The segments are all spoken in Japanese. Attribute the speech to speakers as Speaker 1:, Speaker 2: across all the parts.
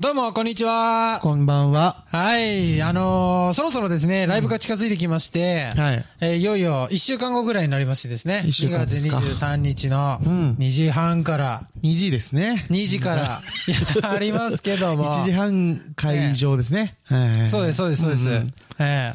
Speaker 1: どうも、こんにちは。
Speaker 2: こんばんは。
Speaker 1: はい、あのーそろそろですね、ライブが近づいてきまして、
Speaker 2: はい
Speaker 1: えーいよいよ1週間後ぐらいになりましてですね、
Speaker 2: 一週間ですか
Speaker 1: 2月23日の
Speaker 2: うん
Speaker 1: 2時半から、
Speaker 2: 2時ですね。
Speaker 1: 2時から、ありますけど も。
Speaker 2: 1時半会場ですね。はい
Speaker 1: そうです、そうです、そうです。
Speaker 2: んん
Speaker 1: ええ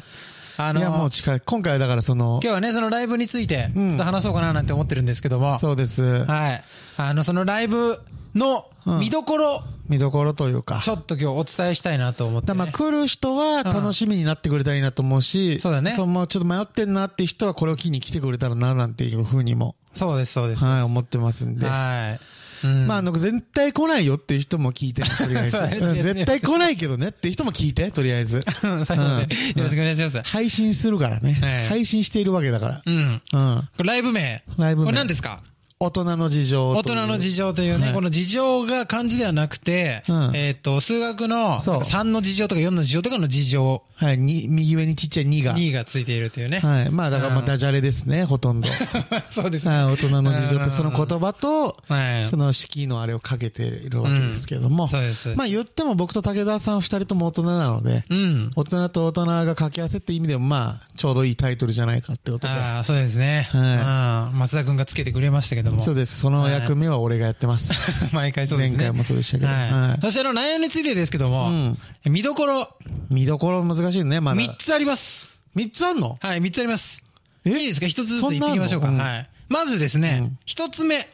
Speaker 1: あの
Speaker 2: いや、もう
Speaker 1: ー
Speaker 2: 近い。今回はだからその
Speaker 1: 今日、はね、そのライブについて、ち
Speaker 2: うん
Speaker 1: ょっと話そうかななんて思ってるんですけども、
Speaker 2: そうです。
Speaker 1: はい。あの、そのライブの
Speaker 2: うん
Speaker 1: 見どころ、
Speaker 2: 見どころというか。
Speaker 1: ちょっと今日お伝えしたいなと思って、
Speaker 2: だ
Speaker 1: ね。
Speaker 2: まあ来る人は楽しみになってくれたらいいなと思うし、
Speaker 1: そうだね
Speaker 2: そう、もうちょっと迷ってんなっていう人はこれを機に来てくれたらな、なんていうふうにも、
Speaker 1: そうです、そうです。
Speaker 2: はい、思ってますんで。
Speaker 1: はい。うん
Speaker 2: まあ、あの、絶対来ないよっていう人も聞いてね、とりあえず。
Speaker 1: そうだね
Speaker 2: うん絶対来ないけどねっていう人も聞いて、とりあ えず。
Speaker 1: 最後まで
Speaker 2: うん
Speaker 1: よろしくお願いします。
Speaker 2: 配信するからね。
Speaker 1: はい
Speaker 2: 配信しているわけだか
Speaker 1: うん。
Speaker 2: ら。うん。
Speaker 1: これライブ名。
Speaker 2: ライブ名
Speaker 1: これ何ですか
Speaker 2: 大人の事情
Speaker 1: 大人の事
Speaker 2: 情。
Speaker 1: 情というね、
Speaker 2: はい
Speaker 1: この事情が漢字ではなくて、
Speaker 2: うん
Speaker 1: えっ、と、数学の
Speaker 2: そう
Speaker 1: 3の事情とか4の事情とかの事情
Speaker 2: はい、に、右上にちっちゃい2が。
Speaker 1: 2がついているというね。
Speaker 2: はい。まあ、だからま
Speaker 1: う
Speaker 2: あ、
Speaker 1: ん
Speaker 2: ダジャレですね、ほと んど。はい、
Speaker 1: そうですね。
Speaker 2: 大人の事情ってその言葉と、
Speaker 1: はい。
Speaker 2: その式のあれをかけているわけですけども。
Speaker 1: うんそうですそうです
Speaker 2: まあ、言っても僕と竹澤さん二人とも大人なので、
Speaker 1: うん。
Speaker 2: 大人と大人が掛け合わせって意味でも、まあ、ちょうどいいタイトルじゃないかってことで。
Speaker 1: ああ、そうですね。
Speaker 2: は
Speaker 1: うん松田くんがつけてくれましたけども。
Speaker 2: そうです。その役目は俺がやってます。
Speaker 1: 毎回そうですね。
Speaker 2: 前回もそうでしたけど
Speaker 1: はい
Speaker 2: はい
Speaker 1: そしてあの内容についてですけども、見どころ
Speaker 2: 見どころ難しいね、まだ。
Speaker 1: 3つあります。
Speaker 2: 三つあんの
Speaker 1: はい、3つあります。
Speaker 2: え
Speaker 1: いいですか一つずつ
Speaker 2: そん
Speaker 1: 言っ
Speaker 2: な
Speaker 1: てい
Speaker 2: あんの
Speaker 1: きましょうか。
Speaker 2: うん
Speaker 1: はい。まずですね、一、つ目。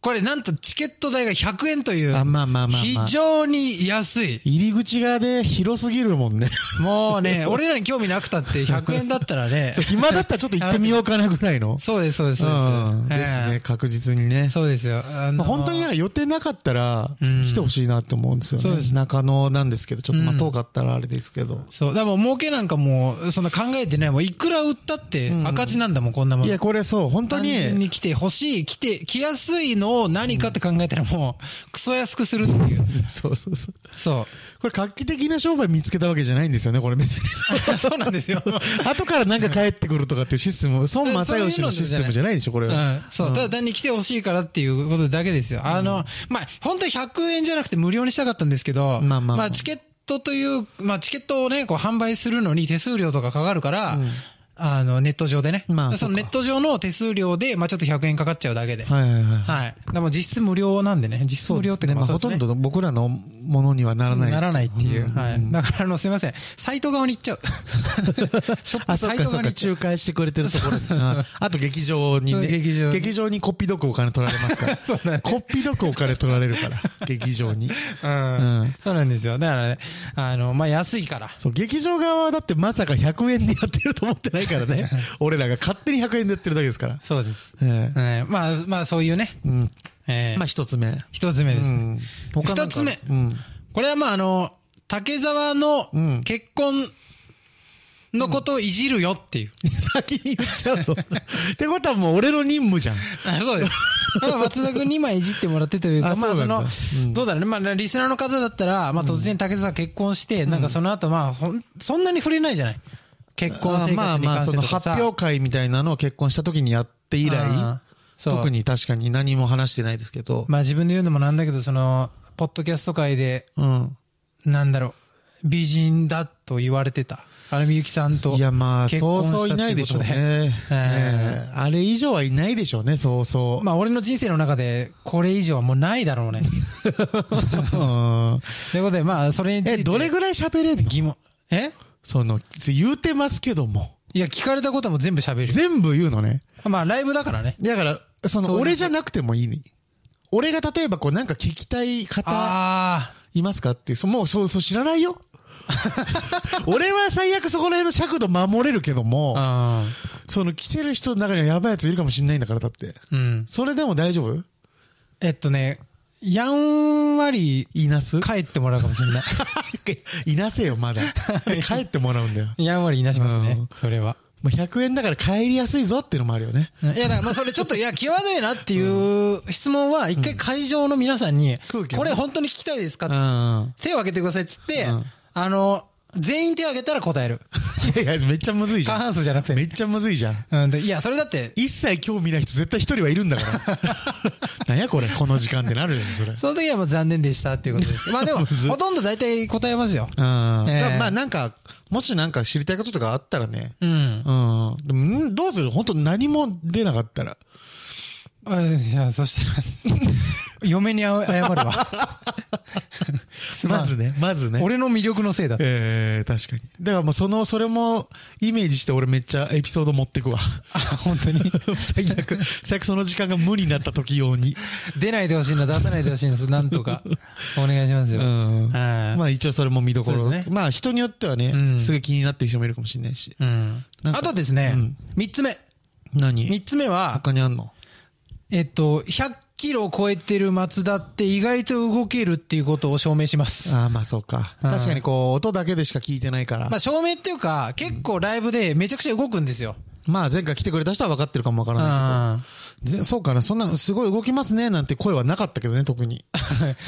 Speaker 1: これなんとチケット代が100円という。
Speaker 2: あまあまあまあまあ
Speaker 1: 非常に安い。
Speaker 2: 入り口がね、広すぎるもんね。
Speaker 1: もう ね、俺らに興味なくたって100円だったらね。
Speaker 2: そう暇だったらちょっと行ってみようかなぐらいの。
Speaker 1: そうです、そうです、そう
Speaker 2: う
Speaker 1: です。
Speaker 2: ん。です
Speaker 1: え
Speaker 2: ね、
Speaker 1: え
Speaker 2: 確実にね。
Speaker 1: そうですよ。あ
Speaker 2: ま
Speaker 1: の
Speaker 2: あ本当になんか予定なかったら、
Speaker 1: うん
Speaker 2: 来てほしいなと思うんですよね。
Speaker 1: そうです
Speaker 2: 中野なんですけど、ちょっとま
Speaker 1: う
Speaker 2: あ
Speaker 1: ん
Speaker 2: 遠かったらあれですけど。
Speaker 1: そう。だからもう儲けなんかもう、そんな考えてない。もういくら売ったって赤字なんだもん、こんなもん。
Speaker 2: いや、これそう、本当
Speaker 1: 単純
Speaker 2: に、
Speaker 1: に来てほしい、来て、来やすいのを何かって考えたらもう、クソ安くするっていう。
Speaker 2: そうそうそう。
Speaker 1: そ
Speaker 2: これ画期的な商売見つけたわけじゃないんですよね、これ 別にさ。
Speaker 1: う。 そうなんですよ。
Speaker 2: 後からなんか帰ってくるとかっていうシステム、孫正義のシステムじゃないでしょ、これ
Speaker 1: う
Speaker 2: は
Speaker 1: ん。。そう。ただ単に来てほしいからっていうことだけですよ。あの、まあ、本当は100円じゃなくて無料にしたかったんですけど、
Speaker 2: まあまあまあ
Speaker 1: チケットという、まあ、チケットをね、こう販売するのに手数料とかかかるから、あの、ネット上でね。
Speaker 2: まあ
Speaker 1: その
Speaker 2: そう
Speaker 1: ネ
Speaker 2: か
Speaker 1: ット上の手数料で、まあ、ちょっと100円かかっちゃうだけで。
Speaker 2: はいはいはい。
Speaker 1: はい。でも実質無料なんでね、実質無料っていうか
Speaker 2: まあ
Speaker 1: まあ
Speaker 2: ほ
Speaker 1: そう
Speaker 2: と
Speaker 1: です
Speaker 2: ん
Speaker 1: ね
Speaker 2: ど僕らのものにはならない。
Speaker 1: ならないっていう。
Speaker 2: うん
Speaker 1: はい。だから、あの、すいません。サイト側に行っちゃ う。ショップ
Speaker 2: あ、そっ
Speaker 1: サイト側
Speaker 2: かそっ
Speaker 1: に
Speaker 2: か、
Speaker 1: 行っちゃう。
Speaker 2: 仲介してくれてるところ。うん あと劇場に
Speaker 1: そう
Speaker 2: ね。
Speaker 1: 劇場
Speaker 2: 劇場にこっぴどくお金取られます か
Speaker 1: そうだね
Speaker 2: ら。こっぴどくお金取られる から、劇場に。
Speaker 1: うん
Speaker 2: うん
Speaker 1: そうなんですよ。だからね、あの、まあ、安いから。
Speaker 2: そう、劇場側はだってまさか100円でやってると思ってないから ね。俺らが勝手に100円でやってるだけですから。
Speaker 1: そうです。
Speaker 2: ええ
Speaker 1: ええまあ、まあ、そういうね。
Speaker 2: うん。
Speaker 1: ええ
Speaker 2: まあ一つ目。で
Speaker 1: 一つ目ですね。
Speaker 2: 他な
Speaker 1: 二
Speaker 2: んか
Speaker 1: つ
Speaker 2: あるんで
Speaker 1: 目
Speaker 2: す。うん。
Speaker 1: これはまあ、あの、竹沢
Speaker 2: う
Speaker 1: の
Speaker 2: ん
Speaker 1: 結婚のことをいじるよっていう。
Speaker 2: 先に言っちゃうの。ってことはもう俺の任務じゃん。
Speaker 1: あそう です。まあ松田君に今いじってもらってというか、
Speaker 2: あ
Speaker 1: ま
Speaker 2: そ
Speaker 1: あ
Speaker 2: う
Speaker 1: そ
Speaker 2: なんだ
Speaker 1: の、どうだろうね。まあリスナーの方だったら、まあ突然竹澤結婚して、なんかその後まあほん、そんなに触れないじゃない結婚生
Speaker 2: まあ
Speaker 1: 活に
Speaker 2: まあ、
Speaker 1: 関し
Speaker 2: そ
Speaker 1: て
Speaker 2: の
Speaker 1: とか
Speaker 2: 発
Speaker 1: さ。
Speaker 2: 表会みたいなのを結婚した時にやって以
Speaker 1: うん
Speaker 2: 来、
Speaker 1: そう
Speaker 2: 特に確かに何も話してないですけど、
Speaker 1: まあ自分で言うのもなんだけど、その、ポッドキャスト界で、
Speaker 2: うん。
Speaker 1: なんだろう、美人だと言われてた。あれみゆきさんと。
Speaker 2: いやまあ、
Speaker 1: 結
Speaker 2: そう
Speaker 1: 婚
Speaker 2: そういないでしょう
Speaker 1: したっていう
Speaker 2: ね。
Speaker 1: え
Speaker 2: ええあれ以上はいないでしょうね、そう
Speaker 1: こと
Speaker 2: そ
Speaker 1: でまあ俺の人生の中で、これ以上はもうないだ ろうね。
Speaker 2: う。 うん
Speaker 1: ということで、まあそれについ
Speaker 2: え、
Speaker 1: て。
Speaker 2: どれぐらい喋れんの
Speaker 1: 疑問。え
Speaker 2: その、言うてますけども。
Speaker 1: いや、聞かれたことはもう全部喋るよ。
Speaker 2: 全部言うのね。
Speaker 1: まあライブだからね。
Speaker 2: だから、その、
Speaker 1: そうです
Speaker 2: 俺じゃなくてもいいね。俺が例えばこうなんか聞きたい方
Speaker 1: あ
Speaker 2: いますかって、そもうそうそう知らな いよ。俺は最悪そこら辺の尺度守れるけども、
Speaker 1: あ。
Speaker 2: その来てる人の中にはやばいやついるかもしんないんだから、だって。
Speaker 1: うん。
Speaker 2: それでも大丈夫
Speaker 1: えっとね、やんわり
Speaker 2: いなす
Speaker 1: 帰ってもらうかもしれない。
Speaker 2: いなせよ、ま だ。で帰ってもらうんだよ。
Speaker 1: やんわりいなします
Speaker 2: う
Speaker 1: ね
Speaker 2: ん。
Speaker 1: それは。
Speaker 2: まあ、100円だから帰りやすいぞっていうのもあるよね。
Speaker 1: いや、だからまあそれちょっと、いや、際どいなっていう質問は、一回会場の皆さんに
Speaker 2: 空、気をね
Speaker 1: これ本当に聞きたいですか
Speaker 2: うん。
Speaker 1: 手を挙げてくださいっつって
Speaker 2: うん、
Speaker 1: あの、全員手挙げたら答える。
Speaker 2: いやいや、めっちゃむずいじ
Speaker 1: 過
Speaker 2: ゃ
Speaker 1: 半数じゃなくて
Speaker 2: ん。め
Speaker 1: ね。
Speaker 2: っちゃむずいじゃん。
Speaker 1: うん、でいや、それだって、
Speaker 2: 一切興味ない人絶対一人はいるんだ から。なんやこれ、この時間ってなるでしょ、それ。
Speaker 1: その時はもう残念でしたっていうことですけど。まあでも、
Speaker 2: むずい
Speaker 1: ほとんど大体答えますよ。
Speaker 2: うん。
Speaker 1: えー
Speaker 2: だからまあなんか、もしなんか知りたいこととかあったらね。
Speaker 1: うん。
Speaker 2: うん。でも、んどうする本当何も出なかったら。
Speaker 1: あいや、そしたら、 嫁にあ謝るわ。すま
Speaker 2: ま
Speaker 1: ん
Speaker 2: ず。ね、まずね。
Speaker 1: 俺の魅力のせいだって。
Speaker 2: ええ確かに。だからもうその、それもイメージして俺めっちゃエピソード持ってくわ。
Speaker 1: あ、本当に。
Speaker 2: 最悪、最悪その時間が無になった時用に。
Speaker 1: 出ないでほしいな、出さないでほしいんです。なんとか。お願いします
Speaker 2: う
Speaker 1: よ。
Speaker 2: ん。
Speaker 1: はい
Speaker 2: まあ一応それも見ど
Speaker 1: そ
Speaker 2: ころ。
Speaker 1: うですね
Speaker 2: まあ人によってはね、
Speaker 1: うん
Speaker 2: すぐ気になってる人もいるかもしれないし。
Speaker 1: うん。
Speaker 2: なんか
Speaker 1: あとですね
Speaker 2: うん、
Speaker 1: 三つ目。
Speaker 2: 何
Speaker 1: 三つ目は、
Speaker 2: 他にあんの
Speaker 1: えっと、100キロを超えてる松田って意外と動けるっていうことを証明します。
Speaker 2: ああ、まあそうか。
Speaker 1: うん
Speaker 2: 確かにこう、音だけでしか聞いてないから。
Speaker 1: まあ、証明っていうか、結構ライブでめちゃくちゃ動くんですよ。
Speaker 2: まあ前回来てくれた人は分かってるかも分からないけどぜ。そうかな、そんな、すごい動きますね、なんて声はなかったけどね、特に。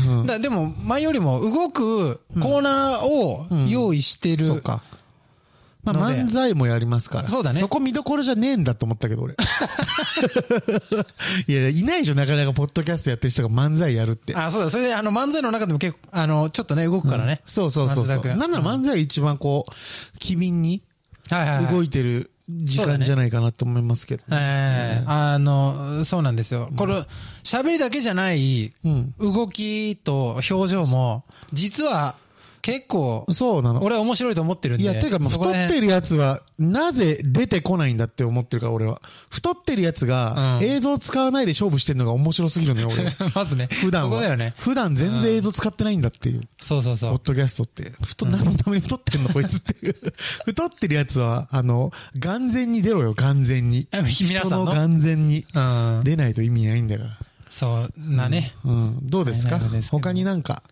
Speaker 2: うん
Speaker 1: だでも、前よりも動くコーナーを用意してる。
Speaker 2: そうか。まあ
Speaker 1: ので
Speaker 2: 漫才もやりますから。
Speaker 1: そうだね
Speaker 2: そこ見どころじゃねえんだと思った けど、俺。いや、いないでしょ、なかなかポッドキャストやってる人が漫才やるって。
Speaker 1: あ、そうだ。それで、あの、漫才の中でも結構、あの、ちょっとね、動くからね。
Speaker 2: そうそうそう
Speaker 1: 松
Speaker 2: そ
Speaker 1: 田
Speaker 2: う。
Speaker 1: 君
Speaker 2: なんなら漫才が一番こう、機敏に
Speaker 1: はいはいはい
Speaker 2: 動いてる時
Speaker 1: そうだ
Speaker 2: 間
Speaker 1: ね
Speaker 2: じゃないかなと思いますけど。
Speaker 1: ええあの、そうなんですよ。これ、喋りだけじゃない、
Speaker 2: うん。
Speaker 1: 動きと表情も、実は、結構、
Speaker 2: そうなの。
Speaker 1: 俺は面白いと思ってるんで。
Speaker 2: いや、てか、まあ
Speaker 1: そ
Speaker 2: 太
Speaker 1: こら辺
Speaker 2: ってるやつは、なぜ出てこないんだって思ってるから、俺は。太ってるやつが、
Speaker 1: うん
Speaker 2: 映像使わないで勝負してるのが面白すぎるのよ、俺 は。
Speaker 1: まずね。
Speaker 2: 普段
Speaker 1: そこだよ
Speaker 2: は
Speaker 1: ね。。
Speaker 2: 普段全然映像使ってないんだっていう。
Speaker 1: そうそう
Speaker 2: ポ
Speaker 1: そ
Speaker 2: ッ
Speaker 1: う。
Speaker 2: ドキャストって。太、何のために太ってんの、こいつって いう。太ってるやつは、あの、眼前に出ろよ、眼前に。
Speaker 1: あ皆さ
Speaker 2: 人
Speaker 1: んの
Speaker 2: の眼前に。
Speaker 1: うん。
Speaker 2: 出ないと意味ないんだから。
Speaker 1: そう、なね。
Speaker 2: うん。どうです
Speaker 1: な
Speaker 2: か
Speaker 1: いないですけど
Speaker 2: 他になんか。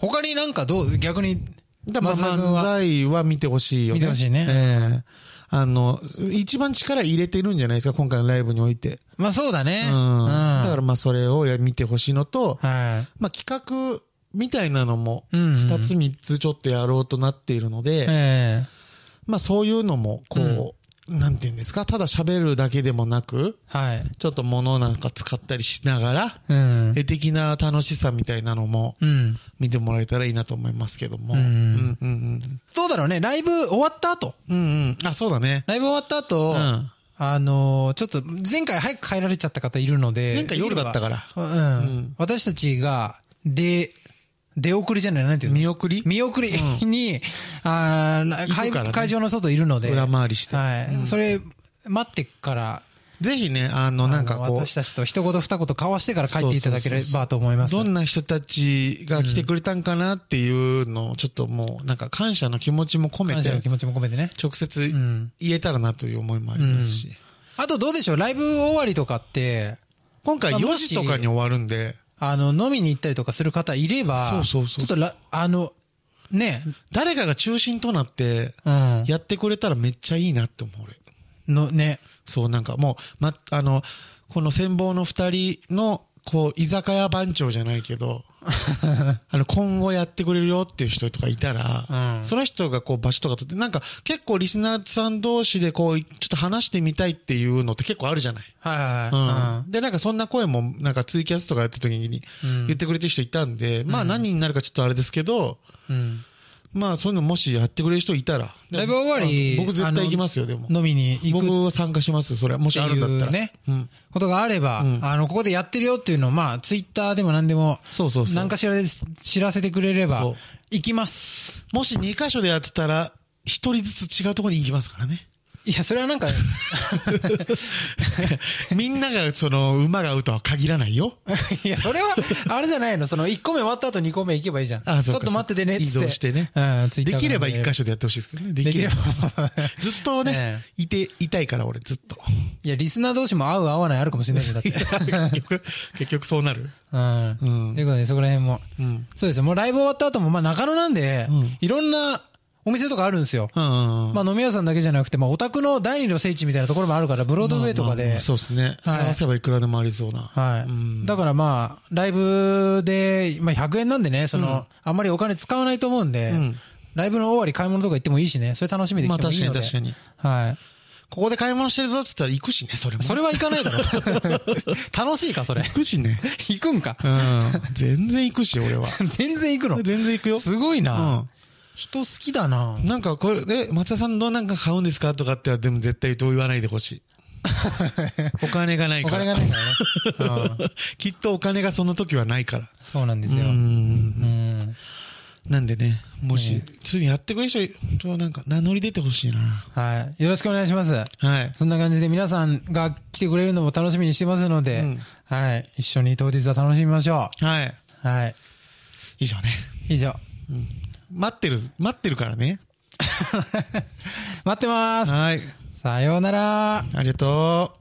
Speaker 1: 他になんかどう、逆に、
Speaker 2: だからま
Speaker 1: 松
Speaker 2: あ
Speaker 1: 田君は
Speaker 2: 漫才は見てほしいよね。
Speaker 1: 見てほしいね
Speaker 2: ええあの、一番力入れてるんじゃないですか、今回のライブにおいて。
Speaker 1: まあそうだ
Speaker 2: う
Speaker 1: ね。
Speaker 2: ん。だからまあそれをや見てほしいのと、
Speaker 1: は
Speaker 2: まあ企画みたいなのも、
Speaker 1: い。うん。
Speaker 2: 二つ三つちょっとやろうとなっているので、
Speaker 1: ええ
Speaker 2: まあそういうのも、こう、なんていうんですか、ただ喋るだけでもなく、
Speaker 1: はい。
Speaker 2: ちょっと物なんか使ったりしながら、
Speaker 1: うん。
Speaker 2: 絵的な楽しさみたいなのも
Speaker 1: うん。
Speaker 2: 見てもらえたらいいなと思いますけども。
Speaker 1: うん
Speaker 2: うんうん
Speaker 1: どうだろうね。ライブ終わった後。
Speaker 2: うん。うんうん。あ、そうだね。
Speaker 1: ライブ終わった後、
Speaker 2: うん
Speaker 1: あのーちょっと前回早く帰られちゃった方いるので。
Speaker 2: 前回夜だったから
Speaker 1: うん。
Speaker 2: うん
Speaker 1: 私たちが、で、出遅れじゃない、なんていうの
Speaker 2: 見送り
Speaker 1: 見送りに、あー
Speaker 2: 行く
Speaker 1: 会
Speaker 2: からね
Speaker 1: 会場の外いるので。
Speaker 2: 裏回りして。
Speaker 1: はい、それ、待ってから、
Speaker 2: ぜひね、あの、なんか
Speaker 1: あの
Speaker 2: こ
Speaker 1: 私たちと一言二言交わしてから帰っていただければと思いま
Speaker 2: う、
Speaker 1: す。
Speaker 2: どんな人たちが来てくれたんかなっていうのを、ちょっともう、なんか感謝の気持ちも込め
Speaker 1: 感謝の気
Speaker 2: て、
Speaker 1: 持ちも込めてね。
Speaker 2: 直接
Speaker 1: うん。
Speaker 2: 言えたらなという思いもありますし。
Speaker 1: あとどうでしょうライブ終わりとかって、
Speaker 2: 今回
Speaker 1: まあ
Speaker 2: 4
Speaker 1: もし
Speaker 2: 時とかに終わるんで、
Speaker 1: あの、飲みに行ったりとかする方いれば、
Speaker 2: そうそうそう
Speaker 1: ちょっとら、あの、ね、
Speaker 2: 誰かが中心となって、
Speaker 1: うん。
Speaker 2: やってくれたらめっちゃいいなって思う、俺。
Speaker 1: のね、
Speaker 2: そう、なんかもう、ま、あの、この戦望の二人の、こう、居酒屋番長じゃない けど、あの、今後やってくれるよっていう人とかいたら、
Speaker 1: うん
Speaker 2: その人がこう場所とか取って、なんか結構リスナーさん同士でこう、ちょっと話してみたいっていうのって結構あるじゃない。
Speaker 1: はいはい
Speaker 2: うん
Speaker 1: は
Speaker 2: で、なんかそんな声も、なんかツイキャスとかやってた時に
Speaker 1: い。うん。
Speaker 2: 言ってくれてる人いたんで、まあ
Speaker 1: うん
Speaker 2: 何人になるかちょっとあれですけど、
Speaker 1: うん。
Speaker 2: まあそういうのもしやってくれる人いたら。
Speaker 1: ライブ終わり
Speaker 2: 僕絶対行きますよ、でも。
Speaker 1: 飲みに行く
Speaker 2: 僕は参加します、それは。もしあるんだった
Speaker 1: っ
Speaker 2: ら。
Speaker 1: ていうね
Speaker 2: うん。
Speaker 1: ことがあれば、
Speaker 2: うん
Speaker 1: あの、ここでやってるよっていうのを、まあ、ツイッターでも何でも、
Speaker 2: そうそうそう。
Speaker 1: 何かしらで知らせてくれれ
Speaker 2: そ
Speaker 1: ば
Speaker 2: う、
Speaker 1: 行きます。
Speaker 2: もし2箇所でやってたら、一人ずつ違うところに行きますから ね。
Speaker 1: いや、それはなんか、
Speaker 2: みんなが、その、馬が合うとは限らないよ。
Speaker 1: いや、それは、あれじゃないの。その、1個目終わった後2個目行けばいいじゃん。
Speaker 2: あ
Speaker 1: ち
Speaker 2: そう
Speaker 1: ょ
Speaker 2: か
Speaker 1: っと待っててね、つって。
Speaker 2: 移動してね
Speaker 1: うん、ツイッ
Speaker 2: で
Speaker 1: ター
Speaker 2: きれば1箇
Speaker 1: 所。
Speaker 2: 所でやってほしいですけどね。で
Speaker 1: で
Speaker 2: き
Speaker 1: き
Speaker 2: れ
Speaker 1: れ
Speaker 2: ば
Speaker 1: ば。。
Speaker 2: ずっとね
Speaker 1: え、
Speaker 2: いて、いたいから俺、ずっと。
Speaker 1: いや、リスナー同士も合う合わないあるかもしれないじゃん、だって。
Speaker 2: 結局、結局 そうなる。
Speaker 1: うん。
Speaker 2: うん
Speaker 1: ということで、そこら辺も。
Speaker 2: うん。
Speaker 1: そうですよ。もうライブ終わった後も、まあ中野なんで、
Speaker 2: うん
Speaker 1: いろんなお店とかあるんですよ。
Speaker 2: うん。
Speaker 1: まあ飲み屋さんだけじゃなくて、まあオタクの第二の聖地みたいなところもあるから、ブロードウェイとか
Speaker 2: まあまあま
Speaker 1: で
Speaker 2: あ。そうですね。
Speaker 1: はい
Speaker 2: 探せばいくらでもありそうな。
Speaker 1: は
Speaker 2: うん
Speaker 1: い。だからまあ、ライブで、まあ100円なんでね、その、あんまりお金使わないと思うんで
Speaker 2: うん、
Speaker 1: ライブの終わり買い物とか行ってもいいしね。それ楽しみで
Speaker 2: ま
Speaker 1: 来
Speaker 2: あ
Speaker 1: てもいい
Speaker 2: 確か
Speaker 1: の
Speaker 2: に
Speaker 1: で。
Speaker 2: 確かに。
Speaker 1: はい。
Speaker 2: ここで買い物してるぞって言ったら行くしね、それも。
Speaker 1: それは行かないだろ。 楽しいか、それ。
Speaker 2: 行くしね。
Speaker 1: 行くんか。
Speaker 2: うん。全然行くし、俺 は。
Speaker 1: 全然行くの。
Speaker 2: 全然行くよ。
Speaker 1: すごいうな。
Speaker 2: ん。
Speaker 1: 人好きだな。
Speaker 2: なんかこれ、え、松田さんどうなんか買うんですかとかってはでも絶対どう言わないでほ しい。お金がない
Speaker 1: お
Speaker 2: から。
Speaker 1: 金がないから ね。うん
Speaker 2: きっとお金がその時はないから。
Speaker 1: そうなんです
Speaker 2: う。
Speaker 1: よ。うんん。
Speaker 2: なんでね、も
Speaker 1: ね
Speaker 2: し、ついにやってくれる人、本当なんか名乗り出てほしいな。
Speaker 1: はい。よろしくお願いします。
Speaker 2: はい。
Speaker 1: そんな感じで皆さんが来てくれるのも楽しみにしてますので、
Speaker 2: うん
Speaker 1: はい。一緒に当日は楽しみましょ
Speaker 2: はい。
Speaker 1: う。はい。
Speaker 2: 以上ね。
Speaker 1: 以上。
Speaker 2: 待ってる、待ってるからね。
Speaker 1: 待ってます。
Speaker 2: はい。
Speaker 1: さようなら。
Speaker 2: ありがとう。